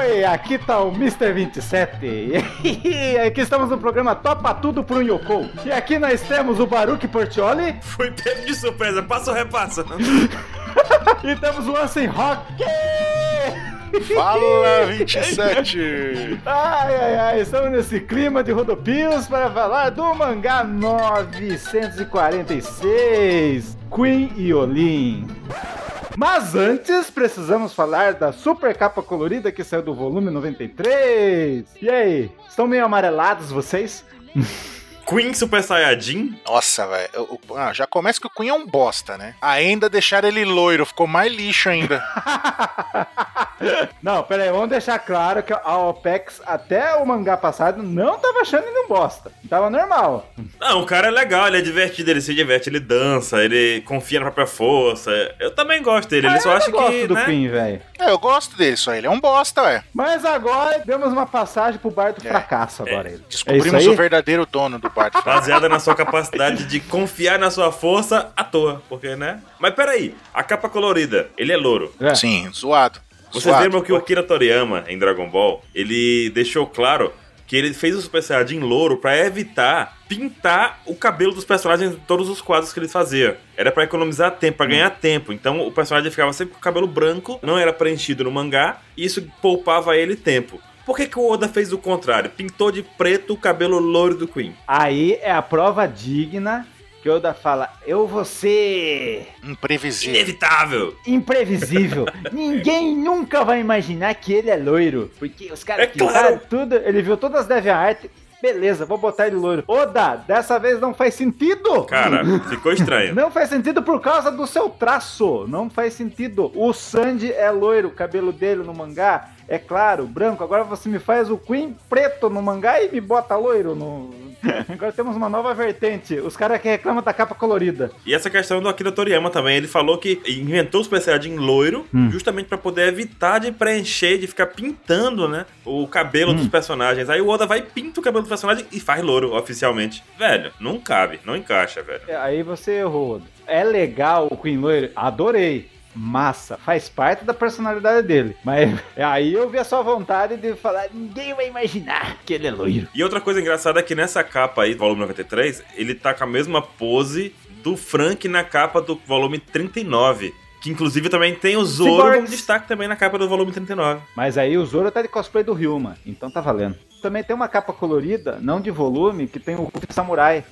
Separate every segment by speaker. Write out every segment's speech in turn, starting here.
Speaker 1: aí, aqui tá o Mr. 27. E aqui estamos no programa Topa Tudo pro Yoko. E aqui nós temos o Baruque Portioli.
Speaker 2: Fui pego de surpresa, passa ou repassa?
Speaker 1: e temos o Ansem Rock.
Speaker 3: Fala 27!
Speaker 1: Ai, ai, ai, estamos nesse clima de rodopios para falar do mangá 946, Queen e Olin. Mas antes, precisamos falar da super capa colorida que saiu do volume 93. E aí, estão meio amarelados vocês?
Speaker 2: Queen Super Saiyajin?
Speaker 3: Nossa, velho. Ah, já começa que o Queen é um bosta, né? Ainda deixaram ele loiro, ficou mais lixo ainda.
Speaker 1: não, pera aí, vamos deixar claro que a OPEX até o mangá passado não tava achando ele um bosta. Tava normal.
Speaker 2: Não, o cara é legal, ele é divertido, ele se diverte, ele dança, ele confia na própria força. Eu também gosto dele, ele ah, só
Speaker 1: eu
Speaker 2: acha
Speaker 1: gosto
Speaker 2: que.
Speaker 1: do
Speaker 2: né?
Speaker 1: Queen, velho.
Speaker 3: É, eu gosto dele, só ele é um bosta, ué.
Speaker 1: Mas agora demos uma passagem pro bar do fracasso agora. ele. é
Speaker 3: Descobrimos
Speaker 1: isso aí?
Speaker 3: o verdadeiro dono do Bart.
Speaker 2: Baseada na sua capacidade de confiar na sua força à toa, porque, né? Mas peraí, a capa colorida, ele é louro.
Speaker 1: É.
Speaker 3: Sim, zoado.
Speaker 2: Vocês
Speaker 3: zoado.
Speaker 2: lembram que o Akira Toriyama, em Dragon Ball, ele deixou claro que ele fez o Super Saiyajin louro pra evitar pintar o cabelo dos personagens em todos os quadros que ele fazia. Era pra economizar tempo, pra ganhar tempo. Então o personagem ficava sempre com o cabelo branco, não era preenchido no mangá, e isso poupava ele tempo. Por que, que o Oda fez o contrário? Pintou de preto o cabelo louro do Queen.
Speaker 1: Aí é a prova digna que o Oda fala: Eu vou ser
Speaker 3: Imprevisível.
Speaker 2: Inevitável!
Speaker 1: imprevisível. Ninguém nunca vai imaginar que ele é loiro. Porque os caras
Speaker 2: É
Speaker 1: que fizeram
Speaker 2: claro.
Speaker 1: tudo, ele viu todas as Devil Art. Beleza, vou botar ele loiro. Oda, dessa vez não faz sentido!
Speaker 2: Cara, ficou estranho.
Speaker 1: Não faz sentido por causa do seu traço. Não faz sentido. O Sandy é loiro, o cabelo dele no mangá é claro, branco. Agora você me faz o Queen preto no mangá e me bota loiro no. Agora temos uma nova vertente. Os caras que reclamam da capa colorida.
Speaker 2: E essa questão do Akira Toriyama também, ele falou que inventou o Super Saiyajin loiro
Speaker 1: Hum.
Speaker 2: justamente pra poder evitar de preencher, de ficar pintando, né, o cabelo
Speaker 1: Hum.
Speaker 2: dos personagens. Aí o Oda vai e pinta o cabelo do personagem e faz loiro oficialmente. Velho, não cabe, não encaixa, velho.
Speaker 1: É, Aí você errou. É legal o Queen loiro? Adorei. Massa, faz parte da personalidade dele. Mas aí eu vi a sua vontade de falar: ninguém vai imaginar que ele é loiro.
Speaker 2: E outra coisa engraçada é que nessa capa aí, do volume 93, ele tá com a mesma pose do Frank na capa do volume 39. Que inclusive também tem o Zoro,
Speaker 1: Cyborgs.
Speaker 2: um destaque também na capa do volume 39.
Speaker 1: Mas aí o Zoro tá de cosplay do Ryuma, então tá valendo. Também tem uma capa colorida, não de volume, que tem o Ruff Samurai.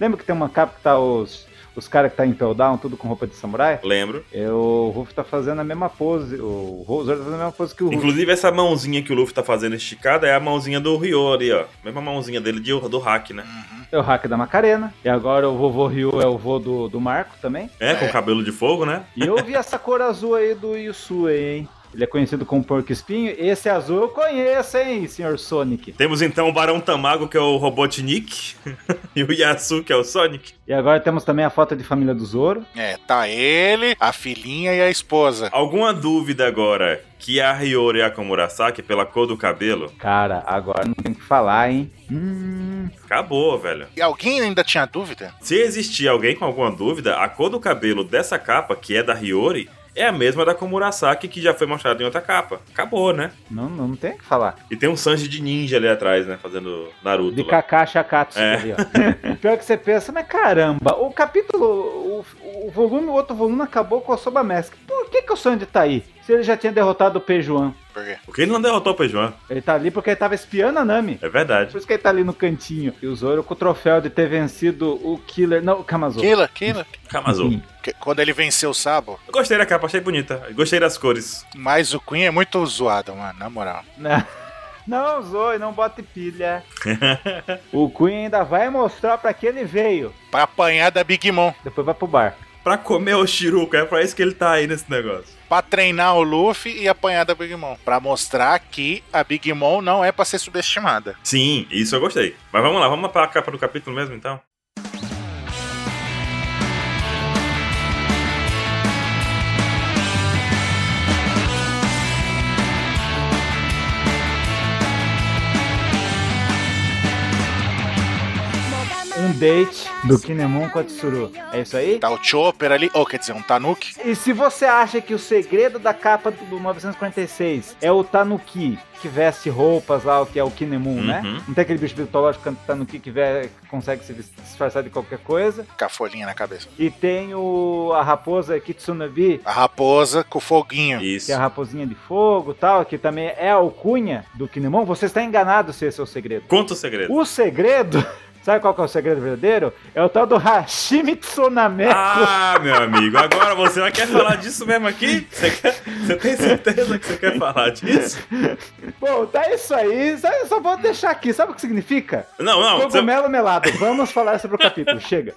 Speaker 1: Lembra que tem uma capa que tá os, os caras que tá em Pell Down, tudo com roupa de samurai?
Speaker 2: Lembro.
Speaker 1: É, o Ruff tá fazendo a mesma pose, o, o Zoro tá fazendo a mesma pose que o Ruff.
Speaker 2: Inclusive, essa mãozinha que o Luffy tá fazendo esticada é a mãozinha do Ryo ali, ó. Mesma mãozinha dele de, do hack, né?
Speaker 1: É o hack da Macarena. E agora o vovô Ryu é o vô do, do Marco também.
Speaker 2: É, com cabelo de fogo, né?
Speaker 1: E eu vi essa cor azul aí do Yusui, hein? Ele é conhecido como Porco Espinho. Esse azul eu conheço, hein, senhor Sonic.
Speaker 2: Temos então o Barão Tamago, que é o Robotnik, e o Yasu, que é o Sonic.
Speaker 1: E agora temos também a foto de família do Zoro.
Speaker 3: É, tá ele, a filhinha e a esposa.
Speaker 2: Alguma dúvida agora que a Hiyori é a Komurasaki pela cor do cabelo?
Speaker 1: Cara, agora não tem o que falar, hein? Hum.
Speaker 2: Acabou, velho.
Speaker 3: E alguém ainda tinha dúvida?
Speaker 2: Se existir alguém com alguma dúvida, a cor do cabelo dessa capa, que é da Hiyori, é a mesma da Komurasaki, que já foi mostrada em outra capa. Acabou, né?
Speaker 1: Não, não tem o que falar.
Speaker 2: E tem um Sanji de ninja ali atrás, né? Fazendo Naruto
Speaker 1: De
Speaker 2: lá.
Speaker 1: Kakashi a Katsu
Speaker 2: É.
Speaker 1: ali, ó. Pior que você pensa, mas caramba, o capítulo, o, o volume, o outro volume acabou com a Soba Mask. Por que, que o Sandy tá aí? Se ele já tinha derrotado o Pejuan.
Speaker 3: Por quê?
Speaker 2: Porque ele não derrotou o Pejuan.
Speaker 1: Ele tá ali porque ele tava espiando a Nami.
Speaker 2: É verdade.
Speaker 1: Por isso que ele tá ali no cantinho. E o Zoro com o troféu de ter vencido o Killer. Não, o Kamazou.
Speaker 3: Killer, Killer.
Speaker 2: Kamazou.
Speaker 1: Sim.
Speaker 3: Que- Quando ele venceu o Sabo,
Speaker 2: Eu Gostei da capa, achei bonita. Gostei das cores.
Speaker 3: mas o Queen é muito zoado, mano, na moral.
Speaker 1: Não, Né? não Zoe, não bote pilha. o Queen ainda vai mostrar pra que ele veio.
Speaker 3: Pra apanhar da Big Mom.
Speaker 1: Depois vai pro bar.
Speaker 2: Pra comer o Shiruko, é pra isso que ele tá aí nesse negócio.
Speaker 3: Pra treinar o Luffy e apanhar da Big Mom. Pra mostrar que a Big Mom não é pra ser subestimada.
Speaker 2: Sim, isso eu gostei. Mas vamos lá, vamos pra capa do capítulo mesmo então?
Speaker 1: Um update do Kinemon Kotsuru. É isso aí?
Speaker 3: Tá o Chopper ali, ou quer dizer, um Tanuki.
Speaker 1: E se você acha que o segredo da capa do 946 é o Tanuki, que veste roupas lá, o que é o Kinemon, né?
Speaker 2: Uhum.
Speaker 1: Não tem aquele bicho mitológico Tanuki que ve- que consegue se vis- disfarçar de qualquer coisa.
Speaker 3: Com a folhinha na cabeça.
Speaker 1: E tem o, a raposa Kitsunabi,
Speaker 3: A raposa com foguinho.
Speaker 1: que
Speaker 2: Isso.
Speaker 1: é a raposinha de fogo e tal, que também é a alcunha do Kinemon. Você está enganado se esse é o segredo.
Speaker 2: Conta o segredo.
Speaker 1: O segredo, sabe qual que é o segredo verdadeiro? É o tal do Hashimi Tsunameko.
Speaker 2: Ah, meu amigo, agora você vai quer falar disso mesmo aqui? Você, quer- você tem certeza que você quer falar disso?
Speaker 1: Bom, tá isso aí. Só- Eu só vou deixar aqui. Sabe o que significa?
Speaker 2: Não, não. você-
Speaker 1: Cogumelo melado. Vamos falar sobre o capítulo. Chega.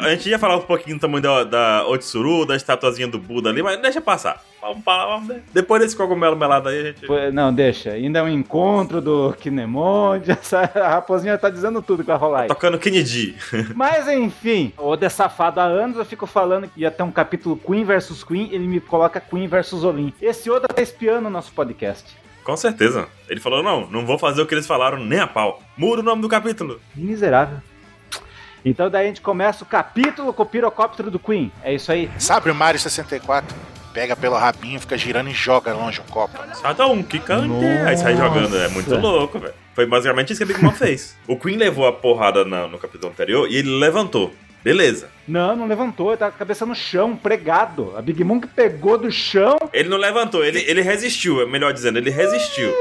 Speaker 2: A gente ia falar um pouquinho do tamanho da, da Otsuru, da estatuazinha do Buda ali, mas deixa passar. Vamos falar, vamos, né? Depois desse cogumelo melado aí, a gente.
Speaker 1: Pô, Não, deixa. Ainda é um encontro do Kinemon. Essa a raposinha tá dizendo tudo que vai rolar aí.
Speaker 2: Tocando Kennedy.
Speaker 1: Mas enfim, o Oda é safado há anos, eu fico falando que ia ter um capítulo Queen versus Queen, ele me coloca Queen versus Olin. Esse Oda tá espiando o nosso podcast.
Speaker 2: Com certeza. Ele falou: não, não vou fazer o que eles falaram nem a pau. Muda o nome do capítulo.
Speaker 1: Miserável. Então daí a gente começa o capítulo com o pirocóptero do Queen. É isso aí.
Speaker 3: Sabe o Mario 64? Pega pelo rabinho, fica girando e joga longe o copo.
Speaker 2: Cada um que canta. Aí sai jogando. É muito
Speaker 1: Nossa.
Speaker 2: louco, velho. Foi basicamente isso que a Big Mom fez. O Queen levou a porrada na- no capítulo anterior e ele levantou. Beleza.
Speaker 1: Não, não levantou, ele tá com a cabeça no chão, pregado. A Big Mom que pegou do chão,
Speaker 2: Ele não levantou, ele, ele resistiu, é melhor dizendo, ele resistiu.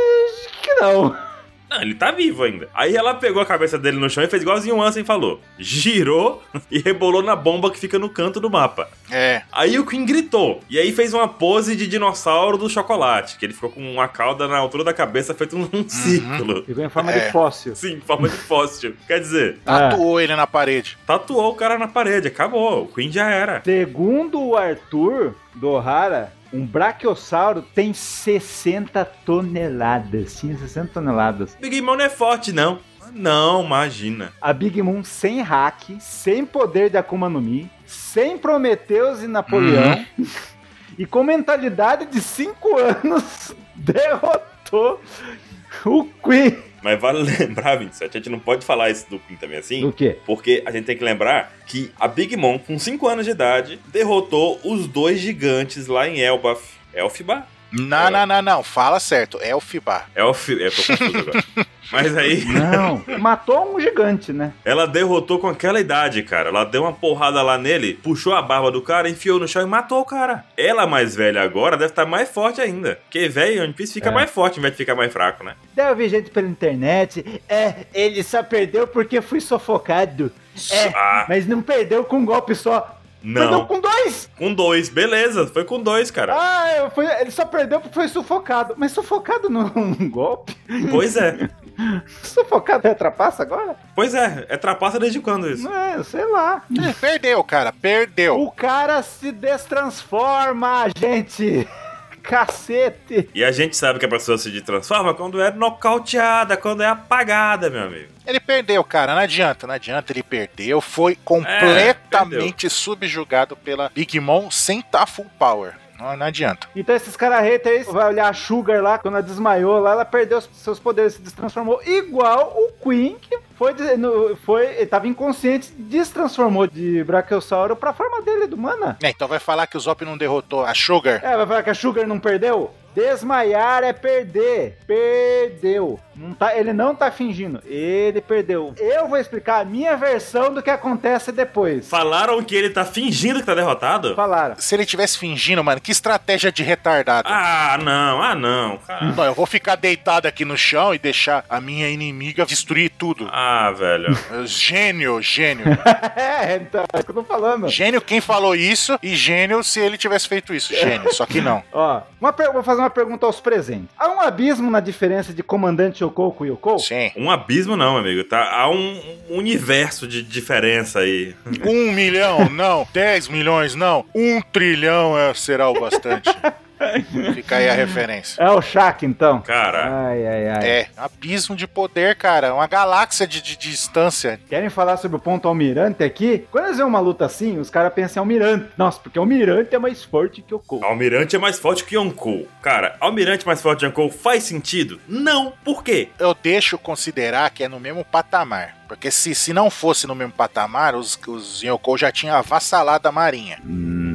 Speaker 1: que não.
Speaker 2: Não, ele tá vivo ainda. Aí ela pegou a cabeça dele no chão e fez igualzinho o Ansem falou. Girou e rebolou na bomba que fica no canto do mapa.
Speaker 3: É,
Speaker 2: Aí o Queen gritou. E aí fez uma pose de dinossauro do chocolate, que ele ficou com uma cauda na altura da cabeça feito um círculo.
Speaker 1: Ficou em forma
Speaker 3: É. Tá
Speaker 1: de fóssil. É.
Speaker 2: Sim, em forma de fóssil. Quer dizer,
Speaker 1: Ah.
Speaker 3: tatuou ele na parede.
Speaker 2: tatuou o cara na parede, acabou. O Queen já era.
Speaker 1: Segundo o Arthur do O'Hara, um brachiosauro tem 60 toneladas. Tinha 60 toneladas.
Speaker 2: Big Mom não é forte, não. Não, imagina.
Speaker 1: A Big Mom sem hack, sem poder de Akuma no Mi, sem Prometeus e Napoleão,
Speaker 3: Uhum.
Speaker 1: e com mentalidade de 5 anos, derrotou o Queen.
Speaker 2: Mas vale lembrar, 27, a gente não pode falar isso do Queen também assim.
Speaker 1: Do quê?
Speaker 2: Porque a gente tem que lembrar que a Big Mom, com 5 anos de idade, derrotou os dois gigantes lá em Elbaf. Elfba?
Speaker 3: Não, não, não, não. Fala certo. É o Fibá.
Speaker 2: Elf... É, tô confuso agora. Mas aí,
Speaker 1: Não, matou um gigante, né?
Speaker 2: ela derrotou com aquela idade, cara. Ela deu uma porrada lá nele, puxou a barba do cara, enfiou no chão e matou o cara. Ela mais velha agora deve estar mais forte ainda. Porque velho, One Piece fica
Speaker 1: É.
Speaker 2: mais forte em vez de ficar mais fraco, né?
Speaker 1: Daí eu vi gente pela internet. É, ele só perdeu porque fui sufocado. É,
Speaker 2: Ah,
Speaker 1: mas não perdeu com um golpe só. Perdeu
Speaker 2: não.
Speaker 1: com dois!
Speaker 2: Com dois, beleza. Foi com dois, cara.
Speaker 1: Ah, eu fui- ele só perdeu porque foi sufocado. Mas sufocado não é um golpe?
Speaker 2: Pois é.
Speaker 1: Sufocado é trapaça agora?
Speaker 2: Pois é. É trapaça desde quando isso?
Speaker 1: Não é, sei lá.
Speaker 3: É, perdeu, cara. Perdeu.
Speaker 1: O cara se destransforma, gente! Cacete!
Speaker 2: E a gente sabe que a pessoa se transforma quando é nocauteada, quando é apagada, meu amigo.
Speaker 3: Ele perdeu, cara. Não adianta, não adianta. Ele perdeu. Foi completamente subjugado pela Big Mom sem tá full power. Não, não adianta.
Speaker 1: Então esses caras haters vai olhar a Sugar lá, quando ela desmaiou lá, ela perdeu os- seus poderes, se destransformou igual o Queen, que foi, de- no- foi ele tava inconsciente, destransformou de Brachiosauro pra forma dele, do Mana.
Speaker 3: É, então vai falar que o Zop não derrotou a Sugar?
Speaker 1: É, vai falar que a Sugar não perdeu? Desmaiar é perder. Perdeu. Não tá, ele não tá fingindo. Ele perdeu. Eu vou explicar a minha versão do que acontece depois.
Speaker 2: Falaram que ele tá fingindo que tá derrotado?
Speaker 1: Falaram.
Speaker 3: Se ele tivesse fingindo, mano, que estratégia de retardado.
Speaker 2: Ah, não, ah, não. cara.
Speaker 3: Não, eu vou ficar deitado aqui no chão e deixar a minha inimiga destruir tudo.
Speaker 2: Ah, velho.
Speaker 3: Gênio, gênio.
Speaker 1: é, então, é isso que eu tô falando.
Speaker 3: Gênio quem falou isso e gênio se ele tivesse feito isso. Gênio, só que não.
Speaker 1: Ó, uma per- vou fazer uma pergunta aos presentes. Há um abismo na diferença de comandante Yoko com Yoko?
Speaker 3: Sim.
Speaker 2: Um abismo não, amigo. Tá, há um, um universo de diferença aí.
Speaker 3: Um milhão, não. Dez milhões, não. Um trilhão é, será o bastante. Fica aí a referência.
Speaker 1: É o Shaq, então.
Speaker 2: Cara.
Speaker 1: Ai, ai, ai.
Speaker 3: É, abismo de poder, cara. Uma galáxia de, de- de distância.
Speaker 1: Querem falar sobre o ponto almirante aqui? Quando eles vêem uma luta assim, os caras pensam em almirante. Nossa, porque o almirante é mais forte que o Cole.
Speaker 2: Almirante é mais forte que Yonkou. Cara, Almirante mais forte que Yonkou faz sentido? Não. Por quê?
Speaker 3: Eu deixo considerar que é no mesmo patamar. Porque se, se não fosse no mesmo patamar, os, os Yonkou já tinham avassalado a marinha.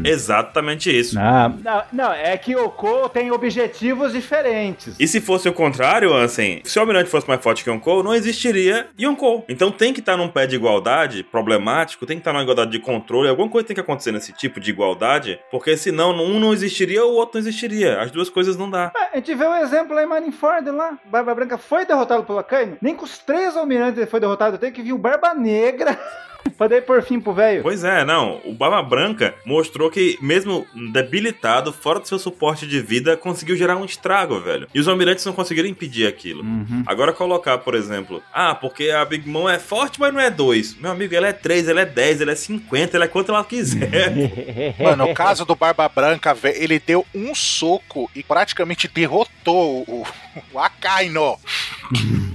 Speaker 2: Exatamente isso.
Speaker 1: Ah, não, não, é que o Cole tem objetivos diferentes.
Speaker 2: E se fosse o contrário, Ansem, se o Almirante fosse mais forte que Yonkou, não existiria Yonkou. Então tem que estar num pé de igualdade problemático, tem que estar numa igualdade de controle, alguma coisa tem que acontecer nesse tipo de igualdade, porque senão um não existiria o outro não existiria. As duas coisas não dá.
Speaker 1: É, A gente vê o exemplo lá em Marineford, lá. Barba Branca foi derrotado pelo Akainu. Nem com os três almirantes ele foi derrotado. Tem que vir o Barba Negra pra dar por fim pro velho.
Speaker 2: Pois é, não. O Barba Branca mostrou que, mesmo debilitado, fora do seu suporte de vida, conseguiu gerar um estrago, velho. E os almirantes não conseguiram impedir aquilo.
Speaker 1: Uhum.
Speaker 2: Agora colocar, por exemplo, ah, porque a Big Mom é forte, mas não é 2. Meu amigo, ela é 3, ela é 10, ela é 50, ela é quanto ela quiser.
Speaker 3: Mano, o caso do Barba Branca, velho, ele deu um soco e praticamente derrotou o, o Akaino.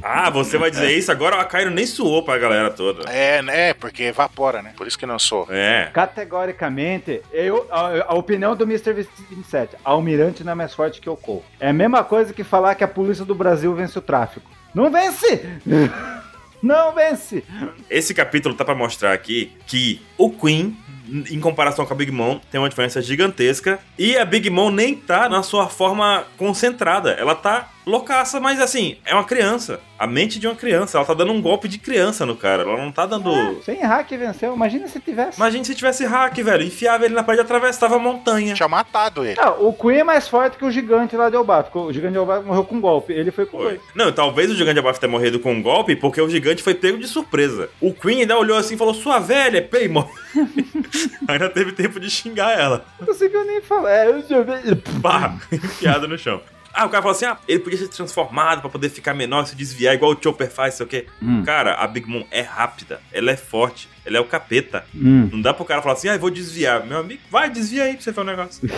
Speaker 2: ah, você vai dizer isso? Agora o Akairo nem suou pra galera toda.
Speaker 3: É, né? Porque evapora, né? Por isso que não sou.
Speaker 2: É.
Speaker 1: Categoricamente, eu, a, a opinião do Mr. 27, Almirante não é mais forte que o Cole. É a mesma coisa que falar que a polícia do Brasil vence o tráfico. Não vence! Não vence!
Speaker 2: Esse capítulo tá pra mostrar aqui que o Queen, em comparação com a Big Mom, tem uma diferença gigantesca. E a Big Mom nem tá na sua forma concentrada. Ela tá loucaça, mas assim, é uma criança. A mente de uma criança. Ela tá dando um golpe de criança no cara. Ela não tá dando.
Speaker 1: Sem hack venceu, imagina se tivesse.
Speaker 2: Imagina se tivesse hack, velho. Enfiava ele na parede e atravessava a montanha.
Speaker 3: Tinha matado ele.
Speaker 1: Não, o Queen é mais forte que o gigante lá de Elbaf. O gigante de Elbaf morreu com um golpe, ele foi com
Speaker 2: Foi.
Speaker 1: dois.
Speaker 2: Não, talvez o gigante abafo tenha morrido com um golpe, porque o gigante foi pego de surpresa. O Queen ainda olhou assim e falou: Sua velha, Paymon. ainda teve tempo de xingar ela.
Speaker 1: Não conseguiu nem falar. É, eu já vi-
Speaker 2: Pá, enfiada no chão. Ah, o cara falou assim: ah, ele podia ser transformado pra poder ficar menor, se desviar, igual o Chopper faz, sei o quê.
Speaker 1: Hum.
Speaker 2: Cara, a Big Mom é rápida, ela é forte, ela é o capeta.
Speaker 1: hum.
Speaker 2: Não dá pro cara falar assim: ah, eu vou desviar. Meu amigo, vai, desvia aí pra você ver o negócio.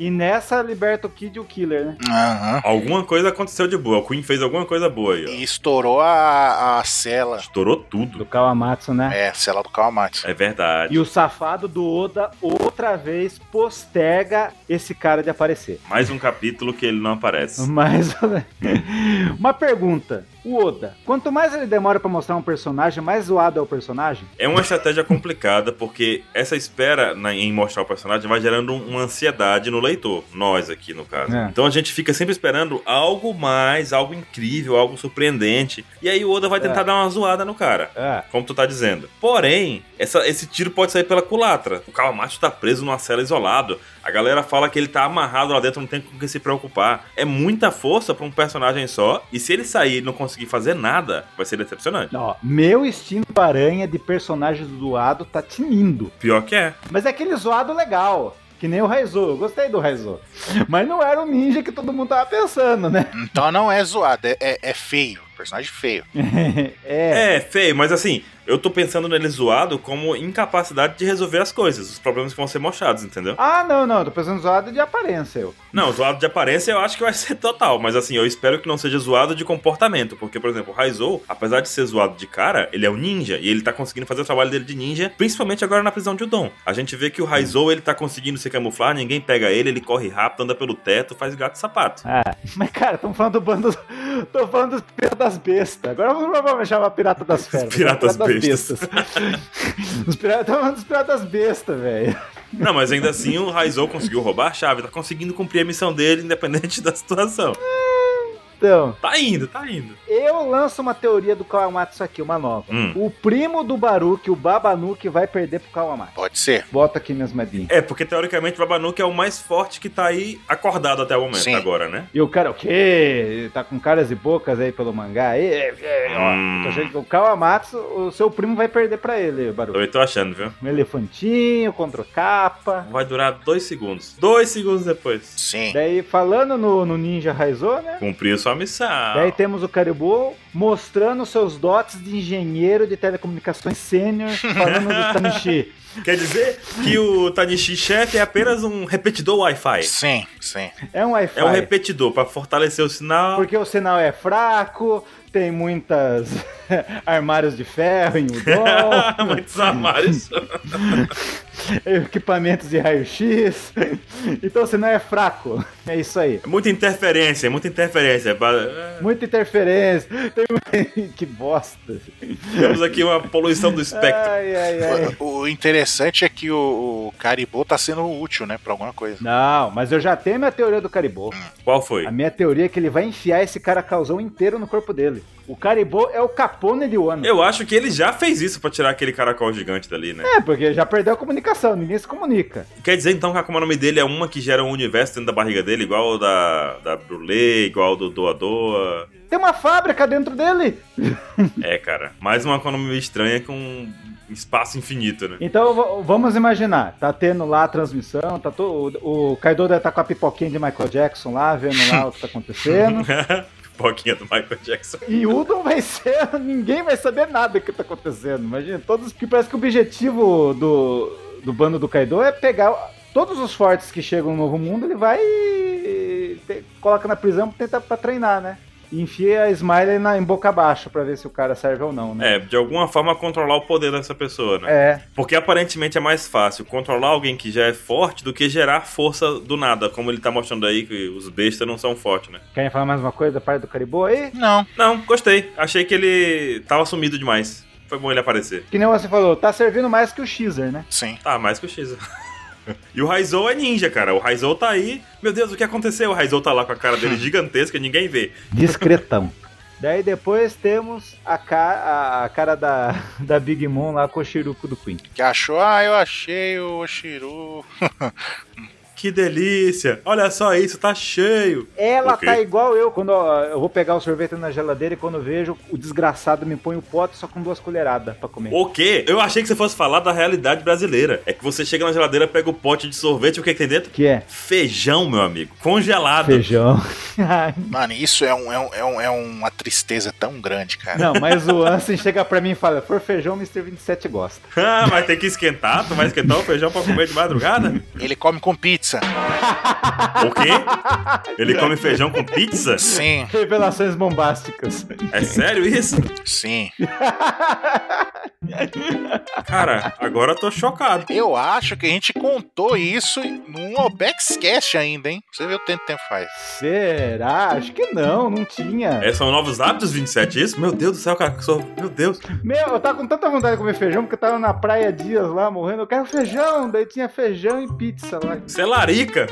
Speaker 1: E nessa liberta o Kid e o Killer, né?
Speaker 3: Aham.
Speaker 2: alguma coisa aconteceu de boa. O Queen fez alguma coisa boa aí, ó.
Speaker 3: E estourou a, a cela.
Speaker 2: Estourou tudo.
Speaker 1: Do Kawamatsu, né?
Speaker 3: É, a cela do Kawamatsu.
Speaker 2: É verdade.
Speaker 1: E o safado do Oda outra vez posterga esse cara de aparecer.
Speaker 2: Mais um capítulo que ele não aparece.
Speaker 1: Mas uma pergunta, o Oda, quanto mais ele demora pra mostrar um personagem, mais zoado é o personagem?
Speaker 2: É uma estratégia complicada, porque essa espera na- em mostrar o personagem vai gerando um- uma ansiedade no leitor, nós aqui no caso.
Speaker 1: É.
Speaker 2: Então a gente fica sempre esperando algo mais, algo incrível, algo surpreendente. E aí o Oda vai tentar
Speaker 1: É.
Speaker 2: dar uma zoada no cara.
Speaker 1: É.
Speaker 2: Como tu tá dizendo. Porém, essa- esse tiro pode sair pela culatra. O Kawamatsu tá preso numa cela isolado. A galera fala que ele tá amarrado lá dentro, não tem com o que se preocupar. É muita força pra um personagem só. E se ele sair e não conseguir fazer nada, vai ser decepcionante.
Speaker 1: Ó, meu instinto aranha de personagem zoado tá tinindo.
Speaker 2: Pior que é.
Speaker 1: Mas é aquele zoado legal, que nem o Raizo, eu gostei do Raizo. Mas não era o ninja que todo mundo tava pensando, né?
Speaker 3: Então não é zoado, é, é- é feio. Personagem feio.
Speaker 1: é.
Speaker 2: É, feio, mas assim, eu tô pensando nele zoado como incapacidade de resolver as coisas, os problemas que vão ser mostrados, entendeu?
Speaker 1: Ah, não, não, eu tô pensando zoado de aparência, eu.
Speaker 2: Não, zoado de aparência eu acho que vai ser total, mas assim, eu espero que não seja zoado de comportamento, porque, por exemplo, o Raizou, apesar de ser zoado de cara, ele é um ninja e ele tá conseguindo fazer o trabalho dele de ninja, principalmente agora na prisão de Udon. A gente vê que o Raizou, ele tá conseguindo se camuflar, ninguém pega ele, ele corre rápido, anda pelo teto, faz gato e sapato.
Speaker 1: Mas, cara, estamos falando do bando. Tô falando dos piratas das bestas. Agora vamos vamos chamar pirata das feras.
Speaker 2: Piratas bestas.
Speaker 1: Os piratas tão falando dos piratas bestas, velho.
Speaker 2: Não, mas ainda assim o Raizou conseguiu roubar a chave, tá conseguindo cumprir a missão dele, independente da situação.
Speaker 1: Então,
Speaker 2: Tá indo, tá indo.
Speaker 1: eu lanço uma teoria do Kawamatsu aqui, uma nova.
Speaker 2: Hum.
Speaker 1: O primo do Baruque, o Babanuke, vai perder pro Kawamatsu.
Speaker 3: Pode ser.
Speaker 1: Bota aqui minhas medinhas.
Speaker 2: É, porque teoricamente o Babanuke é o mais forte que tá aí acordado até o momento
Speaker 3: Sim.
Speaker 2: agora, né?
Speaker 1: E o cara, o quê? Tá com caras e bocas aí pelo mangá? aí? É, é, ó,
Speaker 2: Hum.
Speaker 1: tô achando que o Kawamatsu, o seu primo vai perder pra ele, Baruque.
Speaker 2: Eu tô achando, viu?
Speaker 1: Um elefantinho, contra capa.
Speaker 2: Vai durar dois segundos. Dois segundos depois.
Speaker 3: Sim.
Speaker 1: Daí, falando no, no Ninja Raizo, né?
Speaker 2: Cumpriu só missão.
Speaker 1: Daí temos o Caribou mostrando seus dotes de engenheiro de telecomunicações sênior falando do Tanishi.
Speaker 2: Quer dizer que o Tanishi chefe é apenas um repetidor Wi-Fi.
Speaker 3: Sim, sim.
Speaker 1: É um Wi-Fi.
Speaker 2: É um repetidor para fortalecer o sinal.
Speaker 1: Porque o sinal é fraco, tem muitas armários de ferro em Udon.
Speaker 2: Muitos armários.
Speaker 1: equipamentos de raio-x. Então o sinal é fraco. É isso aí.
Speaker 2: Muita interferência, muita interferência.
Speaker 1: Muita interferência. Tem... que bosta.
Speaker 2: Temos aqui uma poluição do espectro.
Speaker 1: Ai, ai, ai.
Speaker 3: O, o interessante é que o, o Caribou tá sendo útil, né, pra alguma coisa.
Speaker 1: Não, mas eu já tenho minha teoria do Caribou.
Speaker 2: Qual foi?
Speaker 1: A minha teoria é que ele vai enfiar esse cara causão inteiro no corpo dele. O Caribou é o Capone de Wano.
Speaker 2: Eu acho que ele já fez isso pra tirar aquele caracol gigante dali, né?
Speaker 1: É, porque já perdeu a comunicação, ninguém se comunica.
Speaker 2: Quer dizer então que a Akuma no Mi dele é uma que gera um universo dentro da barriga dele, igual o da, da Brulé, igual do Doadoa.
Speaker 1: Tem uma fábrica dentro dele!
Speaker 2: é, cara. Mais uma Akuma no Mi estranha com espaço infinito, né?
Speaker 1: Então vamos imaginar, tá tendo lá a transmissão, tá todo o Kaido deve estar tá com a pipoquinha de Michael Jackson lá, vendo lá o que tá acontecendo.
Speaker 2: pipoquinha Um do Michael Jackson.
Speaker 1: E Udon vai ser, ninguém vai saber nada que tá acontecendo. Imagina, todos que parece que o objetivo do, do bando do Kaido é pegar todos os fortes que chegam no Novo Mundo, ele vai e te, coloca na prisão pra tentar pra treinar, né? E enfia a Smiley na, em boca abaixo pra ver se o cara serve ou não, né?
Speaker 2: É, de alguma forma controlar o poder dessa pessoa, né?
Speaker 1: É.
Speaker 2: Porque aparentemente é mais fácil controlar alguém que já é forte do que gerar força do nada, como ele tá mostrando aí que os bestas não são fortes, né?
Speaker 1: Querem falar mais uma coisa da parte do Caribou aí?
Speaker 3: Não.
Speaker 2: Não, gostei. Achei que ele tava sumido demais. Foi bom ele aparecer.
Speaker 1: Que nem você falou, tá servindo mais que o Xer, né?
Speaker 3: Sim.
Speaker 2: Tá, mais que o Xer. E o Raizou é ninja, cara. O Raizou tá aí. Meu Deus, o que aconteceu? O Raizou tá lá com a cara dele gigantesca, ninguém vê.
Speaker 1: Discretão. Daí depois temos a cara, a cara da, da Big Mom lá com o Shiruko do Queen.
Speaker 3: Que achou? Ah, eu achei o Shiru.
Speaker 2: que delícia! Olha só isso, tá cheio!
Speaker 1: Ela okay. tá igual eu, quando eu vou pegar o sorvete na geladeira e quando vejo, o desgraçado me põe o pote só com duas colheradas pra comer.
Speaker 2: O quê? Eu achei que você fosse falar da realidade brasileira. É que você chega na geladeira, pega o pote de sorvete, o que, é que tem dentro?
Speaker 1: Que é?
Speaker 2: Feijão, meu amigo. Congelado.
Speaker 1: Feijão.
Speaker 3: Mano, isso é, um, é, um, é, um, é, uma tristeza tão grande, cara.
Speaker 1: Não, mas o Ansem chega pra mim e fala, por feijão, Mr. 27 gosta.
Speaker 2: ah, mas tem que esquentar? Tu vai esquentar o feijão pra comer de madrugada?
Speaker 3: Ele come com pizza.
Speaker 2: O quê? Ele come feijão com pizza?
Speaker 3: Sim.
Speaker 1: Revelações bombásticas.
Speaker 2: É sério isso?
Speaker 3: Sim.
Speaker 2: Cara, agora eu tô chocado.
Speaker 3: Eu acho que a gente contou isso num Obexcast ainda, hein? Você viu quanto tempo faz.
Speaker 1: Será? Acho que não, não tinha.
Speaker 2: É, são novos hábitos 27, é isso? Meu Deus do céu, cara. Sou... Meu Deus.
Speaker 1: Meu, eu tava com tanta vontade de comer feijão porque eu tava na praia dias lá morrendo. Eu quero feijão. Daí tinha feijão e pizza lá.
Speaker 2: Você é larica.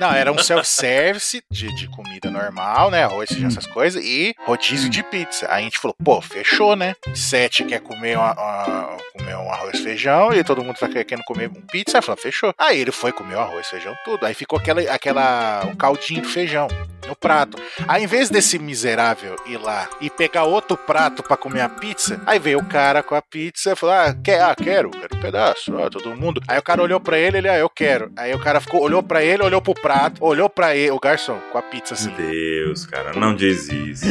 Speaker 3: Não, era um self-service de, de, comida normal, né? Arroz, hum. essas coisas, e rodízio de pizza. Aí a gente falou, pô, fechou, né? Sete quer comer, uma, uma, comer um arroz feijão, e todo mundo tá querendo comer um pizza. Aí falou, fechou. Aí ele foi comer o arroz, feijão, tudo. Aí ficou aquela, aquela, o caldinho do feijão no prato. Aí, em vez desse miserável ir lá e pegar outro prato para comer a pizza, aí veio o cara com a pizza e falou: ah, quer, ah, quero, quero um pedaço, ah, todo mundo. Aí o cara olhou para ele, ele, ah, eu quero. Aí o cara ficou, olhou para ele, olhou pro prato, olhou para ele, o garçom, com a pizza assim.
Speaker 2: Meu Deus, cara, não diz isso.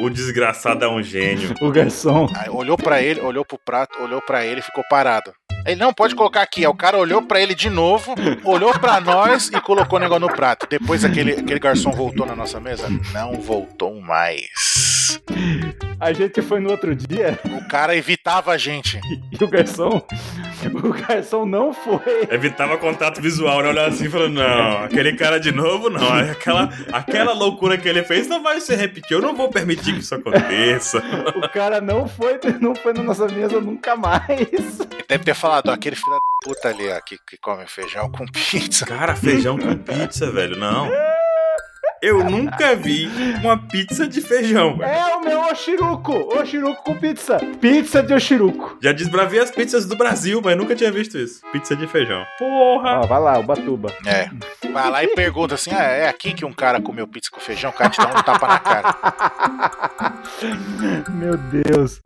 Speaker 2: o desgraçado é um gênio.
Speaker 1: O garçom.
Speaker 3: Aí olhou para ele, olhou pro prato, olhou para ele e ficou parado. Ele não pode colocar aqui. Aí o cara olhou para ele de novo, olhou para nós e colocou o negócio no prato. Depois aquele, aquele garçom voltou na nossa mesa? Não voltou mais.
Speaker 1: A gente foi no outro dia.
Speaker 3: O cara evitava a gente.
Speaker 1: E o garçom? O garçom não foi.
Speaker 2: Evitava contato visual, né? Olhava assim e falou: não, aquele cara de novo, não. Aquela, aquela loucura que ele fez não vai se repetir. Eu não vou permitir que isso aconteça.
Speaker 1: o cara não foi, não foi na nossa mesa nunca mais.
Speaker 3: Deve ter falado, ó, aquele filho da puta ali, ó, que, que come feijão com pizza.
Speaker 2: Cara, feijão com pizza, velho, não. Eu nunca vi uma pizza de feijão. Velho.
Speaker 1: É o meu Oshiruko. Oshiruko com pizza. Pizza de Oshiruko.
Speaker 2: Já desbravei as pizzas do Brasil, mas nunca tinha visto isso. Pizza de feijão. Porra.
Speaker 1: Ó, vai lá, o Batuba.
Speaker 3: É. Vai lá e pergunta assim, ah, é aqui que um cara comeu pizza com feijão? O cara te dá um tapa na cara.
Speaker 1: meu Deus.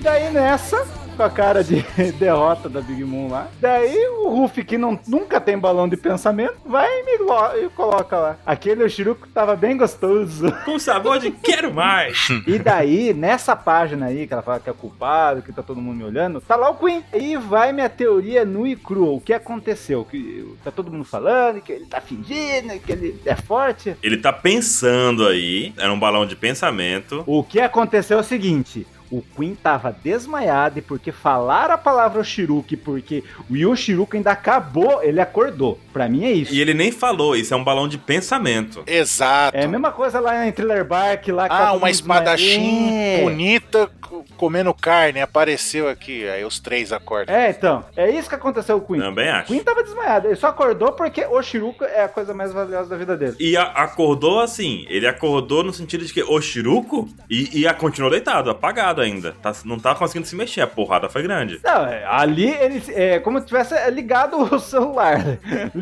Speaker 1: Daí nessa, com a cara de derrota da Big Mom lá. Daí o Ruffy, que não, nunca tem balão de pensamento, vai e me lo- e coloca lá. Aquele Oshiruko tava bem gostoso.
Speaker 2: Com sabor de quero mais.
Speaker 1: E daí, nessa página aí, que ela fala que é culpado, que tá todo mundo me olhando, tá lá o Queen. E vai minha teoria nua e crua. O que aconteceu? Que tá todo mundo falando, que ele tá fingindo, que ele é forte.
Speaker 2: Ele tá pensando aí, era um balão de pensamento.
Speaker 1: O que aconteceu é o seguinte. O Queen tava desmaiado e porque falaram a palavra Oshiruki, porque o Yoshiruki ainda acabou, ele acordou. Pra mim é isso.
Speaker 2: E ele nem falou, isso é um balão de pensamento.
Speaker 3: Exato.
Speaker 1: É a mesma coisa lá em Thriller Bark, lá que tá
Speaker 3: Ah,
Speaker 1: todo
Speaker 3: uma
Speaker 1: mundo
Speaker 3: espadachim
Speaker 1: desmaiado. É.
Speaker 3: bonita co- comendo carne apareceu aqui. Aí os três acordam.
Speaker 1: É, então, é isso que aconteceu com o Queen.
Speaker 2: Também
Speaker 1: O
Speaker 2: acho.
Speaker 1: Queen tava desmaiado, ele só acordou porque o Shiruko é a coisa mais valiosa da vida dele.
Speaker 2: E a- acordou assim, ele acordou no sentido de que o Shiruko e, e a continuou deitado, apagado ainda. Tá- não tá conseguindo se mexer, a porrada foi grande.
Speaker 1: Não, é, ali ele é como se tivesse ligado o celular.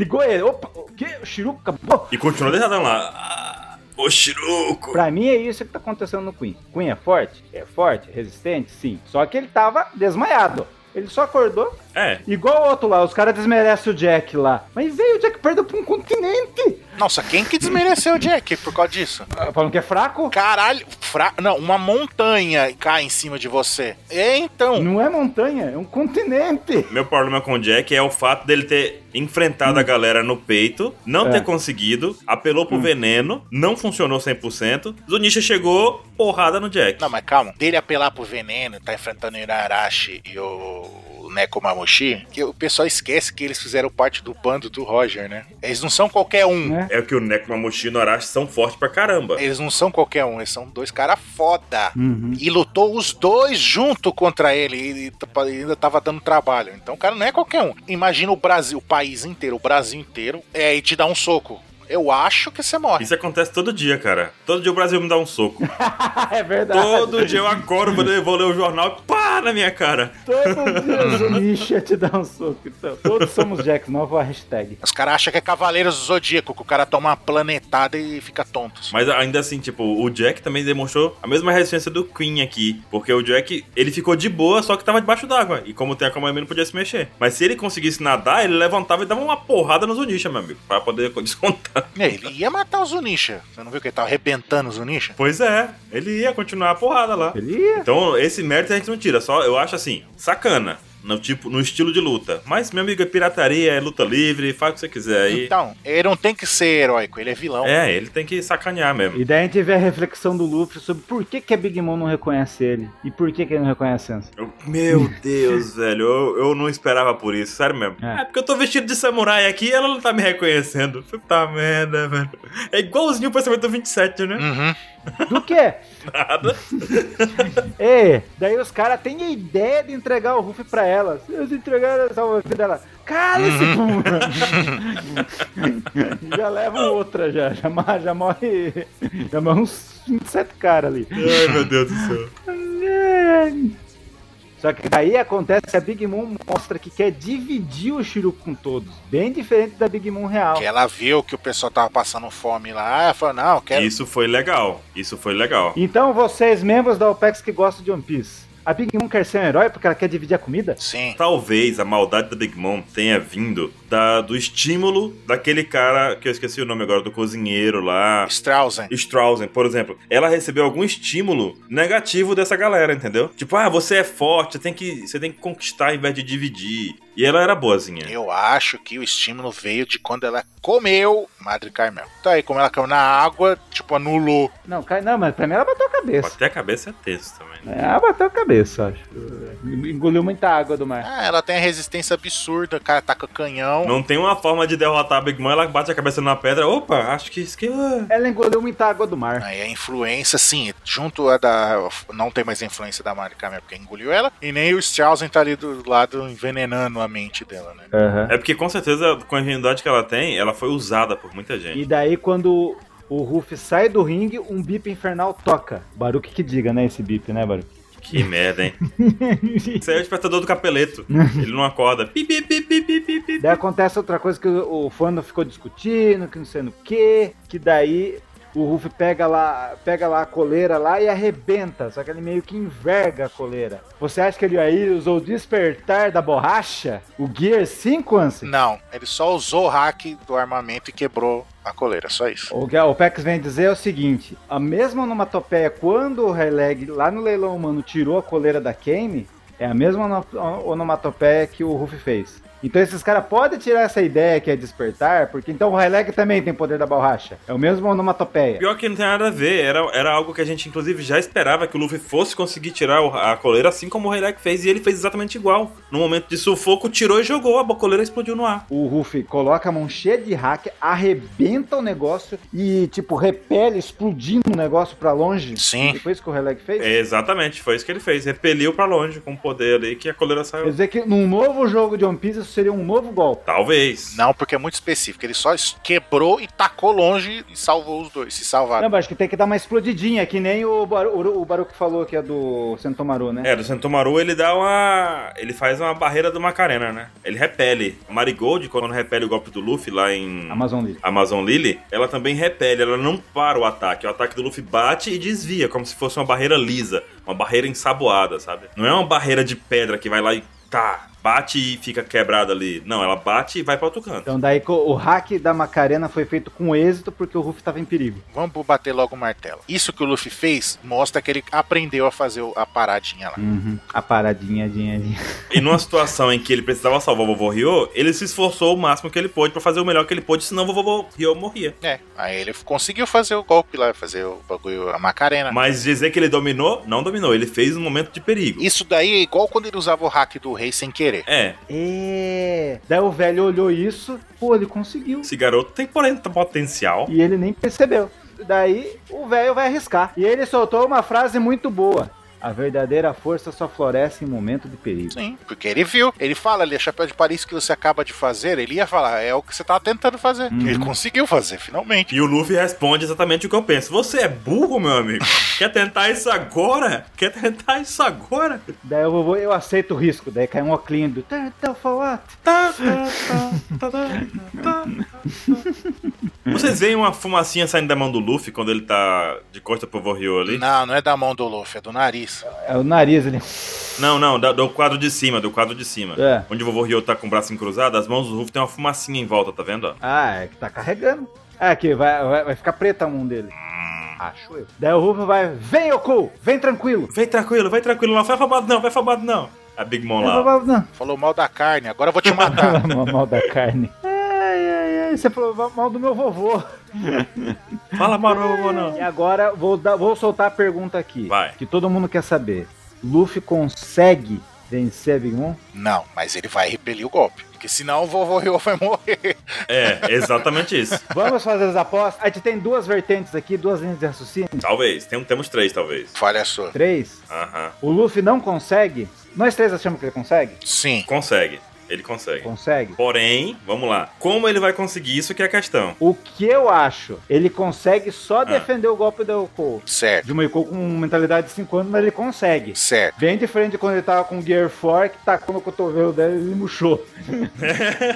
Speaker 1: Ligou ele. Opa, o quê? O Shiruko acabou?
Speaker 2: E continuou deitado lá. Ah, o Shiruko.
Speaker 1: Pra mim é isso que tá acontecendo no Queen. Queen é forte? É forte? Resistente? Sim. Só que ele tava desmaiado. Ele só acordou,
Speaker 2: É,
Speaker 1: igual o outro lá, os caras desmerecem o Jack lá. Mas veio, o Jack perdeu pra um continente.
Speaker 3: Nossa, quem que desmereceu o Jack por causa disso?
Speaker 1: Ah, Falam que é fraco?
Speaker 3: Caralho, fra... não, uma montanha cai em cima de você. É, então.
Speaker 1: Não é montanha, é um continente.
Speaker 2: Meu problema com o Jack é o fato dele ter enfrentado a galera no peito, não
Speaker 1: É.
Speaker 2: ter conseguido, apelou pro veneno, não funcionou 100%. Zunisha chegou, porrada no Jack.
Speaker 3: Não, mas calma. Dele apelar pro veneno, tá enfrentando o Irarashi e o Nekomamushi, que o pessoal esquece que eles fizeram parte do bando do Roger, né? Eles não são qualquer um.
Speaker 1: É.
Speaker 2: É que o Nekomamushi e o Norashi são fortes pra caramba.
Speaker 3: Eles não são qualquer um, eles são dois caras foda. E lutou os dois junto contra ele e t- pa- e ainda tava dando trabalho. Então o cara não é qualquer um. Imagina o Brasil, o país inteiro, o Brasil inteiro, é, e te dá um soco. Eu acho que você morre.
Speaker 2: Isso acontece todo dia, cara. Todo dia o Brasil me dá um soco.
Speaker 1: é verdade.
Speaker 2: Todo dia eu acordo, vou ler- vou ler o jornal e pá na minha cara.
Speaker 1: Todo dia Zunisha te dá um soco. Então, todos somos Jacks, nova hashtag.
Speaker 3: Os caras acham que é Cavaleiros do Zodíaco, que o cara toma uma planetada e fica tonto.
Speaker 2: Mas ainda assim, tipo, o Jack também demonstrou a mesma resistência do Queen aqui. Porque o Jack, ele ficou de boa, só que tava debaixo d'água. E como tem a Kamami, não podia se mexer. Mas se ele conseguisse nadar, ele levantava e dava uma porrada no Zunisha, meu amigo. Pra poder descontar.
Speaker 3: É, Ele ia matar o Zunisha. Você não viu que ele tava arrebentando o Zunisha?
Speaker 2: Pois é, ele ia continuar a porrada lá.
Speaker 1: Ele ia.
Speaker 2: Então, esse mérito a gente não tira. Só, eu acho assim, sacana. No tipo, no estilo de luta. Mas, meu amigo, é pirataria, é luta livre, faz o que você quiser aí.
Speaker 3: Então, ele não tem que ser heróico, ele é vilão.
Speaker 2: É, ele tem que sacanear mesmo.
Speaker 1: E daí a gente vê a reflexão do Luffy sobre por que, que a Big Mom não reconhece ele. E por que, que ele não reconhece Sansa.
Speaker 2: Eu- Meu Deus, velho, eu, eu não esperava por isso, sério mesmo.
Speaker 1: É.
Speaker 2: É. porque eu tô vestido de samurai aqui e ela não tá me reconhecendo. Puta merda, velho. É igualzinho o pensamento do 27, né?
Speaker 3: Uhum.
Speaker 1: Do quê?
Speaker 2: Nada.
Speaker 1: É, daí os caras têm a ideia de entregar o Ruffy pra ela. Se eles entregaram a salvação dela, cara esse pum! já levam outra, já. Já, ma- já morre. Já morre uns 27 caras ali.
Speaker 2: Ai, meu Deus do céu.
Speaker 1: Só que daí acontece que a Big Mom mostra que quer dividir o Shiruko com todos. Bem diferente da Big Mom real.
Speaker 3: Que é ela viu que o pessoal tava passando fome lá, ela falou, não, eu quero...
Speaker 2: Isso foi legal, isso foi legal.
Speaker 1: Então, vocês, membros da OPEX que gostam de One Piece, a Big Mom quer ser um herói porque ela quer dividir a comida?
Speaker 3: Sim.
Speaker 2: Talvez a maldade da Big Mom tenha vindo da, do estímulo daquele cara, que eu esqueci o nome agora, do cozinheiro lá.
Speaker 3: Strausen.
Speaker 2: Strausen, por exemplo, ela recebeu algum estímulo negativo dessa galera, entendeu? Tipo, ah, você é forte, tem que, você tem que conquistar ao invés de dividir. E ela era boazinha.
Speaker 3: Eu acho que o estímulo veio de quando ela comeu Madre Carmel. Então aí, como ela caiu na água, tipo, anulou.
Speaker 1: Não, cai- não, mas pra mim ela bateu a cabeça.
Speaker 2: Até a cabeça é texto também. né?
Speaker 1: É, Ela bateu a cabeça, acho. Engoliu muita água
Speaker 2: É.
Speaker 1: do mar.
Speaker 3: Ah, ela tem a resistência absurda, o cara taca canhão.
Speaker 2: Não tem uma forma de derrotar a Big Mom, ela bate a cabeça numa pedra. Opa, acho que isso que. ah.
Speaker 1: Ela engoliu muita água do mar.
Speaker 3: Aí a influência, sim, junto a da. Não tem mais a influência da Madre Carmel porque engoliu ela. E nem o Strausen tá ali do lado envenenando a mente dela, né?
Speaker 2: É porque com certeza, com a ingenuidade que ela tem, ela foi usada por muita gente.
Speaker 1: E daí, quando o Ruffy sai do ringue, um bip infernal toca. Baruque que diga, né? Esse bip, né, Baruque?
Speaker 2: Que merda, hein? Isso aí é o despertador do capeleto. Ele não acorda. Pi, pi, pi, pi, pi, pi, pi.
Speaker 1: Daí acontece outra coisa que o, o fandom ficou discutindo, que não sei no que, que daí o Ruff pega lá, pega lá a coleira lá e arrebenta, só que ele meio que enverga a coleira. Você acha que ele aí usou o despertar da borracha? O Gear 5, Ansem?
Speaker 3: Não, ele só usou o hack do armamento e quebrou a coleira, só isso.
Speaker 1: O que o Pex vem dizer é o seguinte: a mesma onomatopeia, quando o Releg lá no leilão humano tirou a coleira da Kane, é a mesma ono- onomatopeia que o Ruff fez. Então esses caras podem tirar essa ideia que é despertar, porque então o Releg também tem poder da borracha. É o mesmo onomatopeia.
Speaker 2: Pior que não tem nada a ver, era, era algo que a gente inclusive já esperava que o Luffy fosse conseguir tirar o- a coleira, assim como o Rei Leck fez, e ele fez exatamente igual. No momento de sufoco, tirou e jogou, a coleira explodiu no ar.
Speaker 1: O Ruffy coloca a mão cheia de hack, arrebenta o negócio e, tipo, repele, explodindo o negócio pra longe.
Speaker 3: Sim.
Speaker 1: Foi isso que o Releg fez?
Speaker 2: É, exatamente, foi isso que ele fez, repeliu pra longe com o poder ali que a coleira
Speaker 1: Quer
Speaker 2: saiu.
Speaker 1: dizer que num novo jogo de One Piece isso seria um novo golpe.
Speaker 2: Talvez.
Speaker 3: Não, porque é muito específico. Ele só es- quebrou e tacou longe e salvou os dois. Se salvaram.
Speaker 1: Não, mas acho que tem que dar uma explodidinha, que nem o, Baru, o, o Baruco falou que é do Sentomaru, né?
Speaker 2: É, do Sentomaru ele dá uma. Ele faz uma barreira do Macarena, né? Ele repele. A Marigold, quando repele o golpe do Luffy lá em.
Speaker 1: Amazon League.
Speaker 2: Amazon Lily, ela também repele, ela não para o ataque. O ataque do Luffy bate e desvia, como se fosse uma barreira lisa, uma barreira ensaboada, sabe? Não é uma barreira de pedra que vai lá e tá, bate e fica quebrada ali. Não, ela bate e vai para outro canto.
Speaker 1: Então daí co- o hack da Macarena foi feito com êxito porque o Ruff tava em perigo.
Speaker 3: Vamos bater logo o martelo. Isso que o Luffy fez mostra que ele aprendeu a fazer o- a paradinha
Speaker 1: Hum.
Speaker 3: lá.
Speaker 1: A paradinha, dinha, dinha.
Speaker 2: E numa situação em que ele precisava salvar o vovô Ryo, ele se esforçou o máximo que ele pôde para fazer o melhor que ele pôde, senão o vovô Ryo morria.
Speaker 3: É, aí ele conseguiu fazer o golpe lá, fazer o bagulho, a Macarena.
Speaker 2: Mas dizer que ele dominou, não dominou, ele fez um momento de perigo.
Speaker 3: Isso daí é igual quando ele usava o hack do rei sem querer.
Speaker 2: É,
Speaker 1: É. Daí o velho olhou isso, pô, ele conseguiu.
Speaker 2: esse garoto tem porém potencial.
Speaker 1: E ele nem percebeu. Daí o velho vai arriscar. E ele soltou uma frase muito boa. A verdadeira força só floresce em momento de perigo.
Speaker 3: Sim, porque ele viu. Ele fala ali, a Chapéu de Paris que você acaba de fazer, ele ia falar, é o que você tava tentando fazer.
Speaker 2: Uhum.
Speaker 3: Ele conseguiu fazer, finalmente.
Speaker 2: E o Luffy responde exatamente o que eu penso. Você é burro, meu amigo? Quer tentar isso agora? Quer tentar isso agora?
Speaker 1: Daí eu, vou, eu aceito o risco. Daí cai um oclinho do. "Tá, tá, for what?"
Speaker 2: Tá, tá, tá, tá, tá, tá. Vocês veem uma fumacinha saindo da mão do Luffy quando ele tá de costa pro Vorryu ali?
Speaker 3: Não, não é da mão do Luffy, é do nariz.
Speaker 1: É o nariz ali.
Speaker 2: Não, não, da- do quadro de cima, do quadro de cima.
Speaker 1: É.
Speaker 2: Onde o Vorryu tá com o braço encruzado, as mãos do Luffy tem uma fumacinha em volta, tá vendo? ó?
Speaker 1: Ah, é que tá carregando. É que vai, vai, vai ficar preta a mão dele. Acho eu. Daí o Ruffy vai. Vem, Oku! Vem tranquilo!
Speaker 2: Vem tranquilo, vem tranquilo, não vai afobado não, vai afobado não. A Big Mom
Speaker 1: Eu
Speaker 2: lá. Tá." ó.
Speaker 1: vou- Não,
Speaker 3: Falou mal da carne, agora eu vou te matar.
Speaker 1: mal, mal da carne. Ai, ai, ai, você falou mal- mal do meu vovô.
Speaker 2: Fala, Maru, vovô, não.
Speaker 1: E agora vou, dar- vou soltar a pergunta aqui.
Speaker 2: Vai.
Speaker 1: Que todo mundo quer saber. Luffy consegue vencer a Big Mom?
Speaker 3: não, mas ele vai repelir o golpe. Porque senão o vovô Ryo vai morrer.
Speaker 2: É, exatamente isso.
Speaker 1: Vamos fazer as apostas? A gente tem duas vertentes aqui, duas linhas de raciocínio.
Speaker 2: Talvez, tem, um temos três, talvez.
Speaker 3: Falha sua.
Speaker 1: Três.
Speaker 2: Aham.
Speaker 1: O Luffy não consegue? Nós três achamos que ele consegue?
Speaker 3: Sim.
Speaker 2: Consegue, ele consegue.
Speaker 1: Consegue.
Speaker 2: Porém, vamos lá. Como ele vai conseguir isso que é a questão.
Speaker 1: O que eu acho? Ele consegue só defender o golpe da Yoko.
Speaker 3: Certo,
Speaker 1: Ah. De uma Yoko com mentalidade de 5 anos, mas ele consegue.
Speaker 3: certo.
Speaker 1: Bem diferente quando ele tava com o Gear 4, que tacou no cotovelo dela e ele murchou.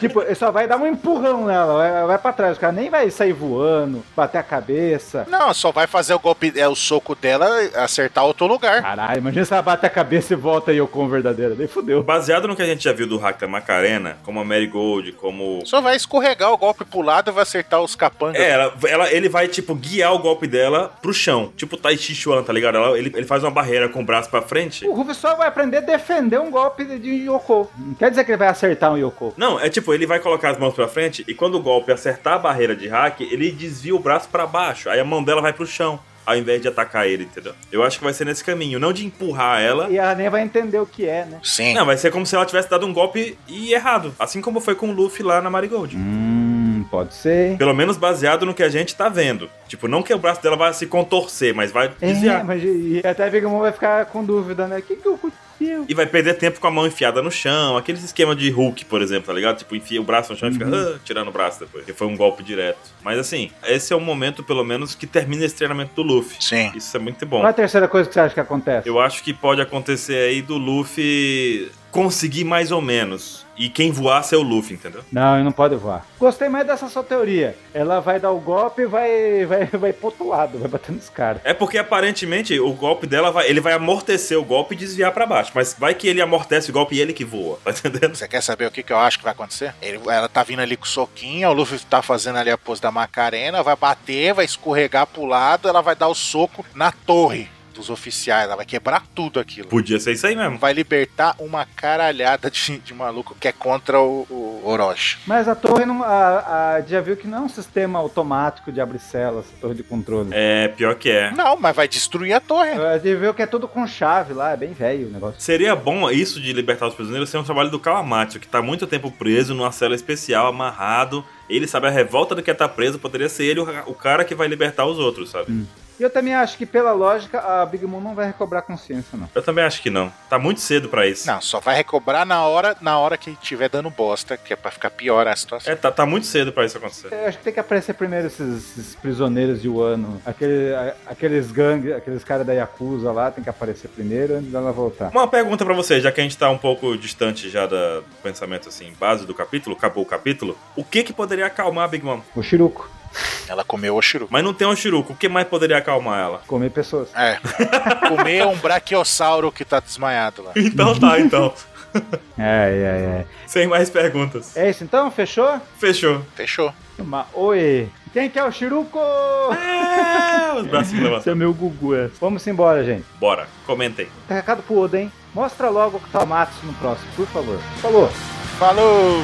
Speaker 1: tipo, ele só vai dar um empurrão nela, vai, vai pra trás. O cara nem vai sair voando, bater a cabeça.
Speaker 3: Não, só vai fazer o golpe, é o soco dela acertar outro lugar.
Speaker 1: Caralho, imagina se ela bate a cabeça e volta a Yoko verdadeira. Daí fudeu.
Speaker 2: Baseado no que a gente já viu do Hack da Macarena, como a Mary Gold, como.
Speaker 3: Só vai escorregar o golpe pro lado e vai acertar os capangas.
Speaker 2: É, ela, ela- ele vai, tipo, guiar o golpe dela pro chão. Tipo o Tai Chi Chuan, tá ligado? Ela- ele, ele faz uma barreira com o braço pra frente.
Speaker 1: O Ruff só vai aprender a defender um golpe de- de Yoko. Não quer dizer que ele vai acertar um Yoko.
Speaker 2: Não, é tipo, ele vai colocar as mãos pra frente e quando o golpe acertar a barreira de hack, ele desvia o braço pra baixo. Aí a mão dela vai pro chão, ao invés de atacar ele, entendeu? Eu acho que vai ser nesse caminho, não de empurrar ela.
Speaker 1: E ela nem vai entender o que é, né?
Speaker 3: Sim.
Speaker 2: Não, vai ser como se ela tivesse dado um golpe e errado. Assim como foi com o Luffy lá na Marigold.
Speaker 1: Hum, pode ser.
Speaker 2: Pelo menos baseado no que a gente tá vendo. Tipo, não que o braço dela vai se contorcer, mas vai desviar.
Speaker 1: É, mas e, e até a Big Mom vai ficar com dúvida, né? O que, que eu aconteceu?
Speaker 2: E vai perder tempo com a mão enfiada no chão. Aqueles esquema de Hulk, por exemplo, tá ligado? Tipo, enfia o braço no chão e fica
Speaker 1: Uhum.
Speaker 2: "Ah", tirando o braço depois. Que foi um golpe direto. Mas assim, esse é o momento, pelo menos, que termina esse treinamento do Luffy.
Speaker 3: Sim.
Speaker 2: Isso é muito
Speaker 1: Qual é
Speaker 2: bom.
Speaker 1: a terceira coisa que você acha que acontece?
Speaker 2: Eu acho que pode acontecer aí do Luffy conseguir mais ou menos. E quem voasse é o Luffy, entendeu?
Speaker 1: Não, ele não pode voar. Gostei mais dessa sua teoria. Ela vai dar o golpe e vai, vai, vai pro outro lado, vai batendo os caras.
Speaker 2: É porque aparentemente o golpe dela vai, ele vai amortecer o golpe e desviar pra baixo, mas vai que ele amortece o golpe e ele que voa, tá entendendo?
Speaker 3: Você quer saber o que, que eu acho que vai acontecer? Ele- ela tá vindo ali com o soquinho, o Luffy tá fazendo ali a pose da Macarena, vai bater, vai escorregar pro lado, ela vai dar o soco na torre dos oficiais, ela vai quebrar tudo aquilo.
Speaker 2: Podia ser isso aí mesmo.
Speaker 3: Vai libertar uma caralhada de, de maluco que é contra o, o Orochi.
Speaker 1: Mas a torre não, a, a- já viu que não é um sistema automático de abrir celas, essa torre de controle.
Speaker 2: É, pior que é.
Speaker 3: Não, mas vai destruir a torre.
Speaker 1: A gente viu que é tudo com chave lá, é bem velho o negócio.
Speaker 2: Seria bom isso de libertar os prisioneiros ser um trabalho do Kalamazoo, que tá muito tempo preso numa cela especial, amarrado. Ele sabe a revolta do que é tá preso, poderia ser ele o, o cara que vai libertar os outros, sabe?
Speaker 1: E eu também acho que, pela lógica, a Big Mom não vai recobrar consciência, não.
Speaker 2: Eu também acho que não. Tá muito cedo pra isso.
Speaker 3: Não, só vai recobrar na hora, na hora que tiver dando bosta, que é pra ficar pior a situação.
Speaker 2: É, tá, tá muito cedo pra isso acontecer.
Speaker 1: Eu É, acho que tem que aparecer primeiro esses, esses prisioneiros de Wano. Aquele, a- aqueles gangues, aqueles caras da Yakuza lá, tem que aparecer primeiro antes dela voltar.
Speaker 2: Uma pergunta pra você, já que a gente tá um pouco distante já da- do pensamento assim, base do capítulo, acabou o capítulo. O que que poderia acalmar a Big Mom?
Speaker 1: O Shiruko,
Speaker 3: Ela comeu o Shiru.
Speaker 2: Mas não tem um Shiruko, o que mais poderia acalmar ela?
Speaker 1: comer pessoas.
Speaker 3: É. comeu um braquiossauro que tá desmaiado lá.
Speaker 2: Então tá, então.
Speaker 1: É, é, é.
Speaker 2: Sem mais perguntas.
Speaker 1: É isso então? Fechou?
Speaker 2: Fechou.
Speaker 3: Fechou.
Speaker 1: Uma oi. Quem que é o Shiruko?
Speaker 2: Ah, os braços levantados.
Speaker 1: é meu Gugu, é. Vamos embora, gente. Tá
Speaker 2: Bora, comentem.
Speaker 1: Tem tá recado pro Oda, hein? Mostra logo o Tamatsu no próximo, por favor. Falou!
Speaker 3: Falou!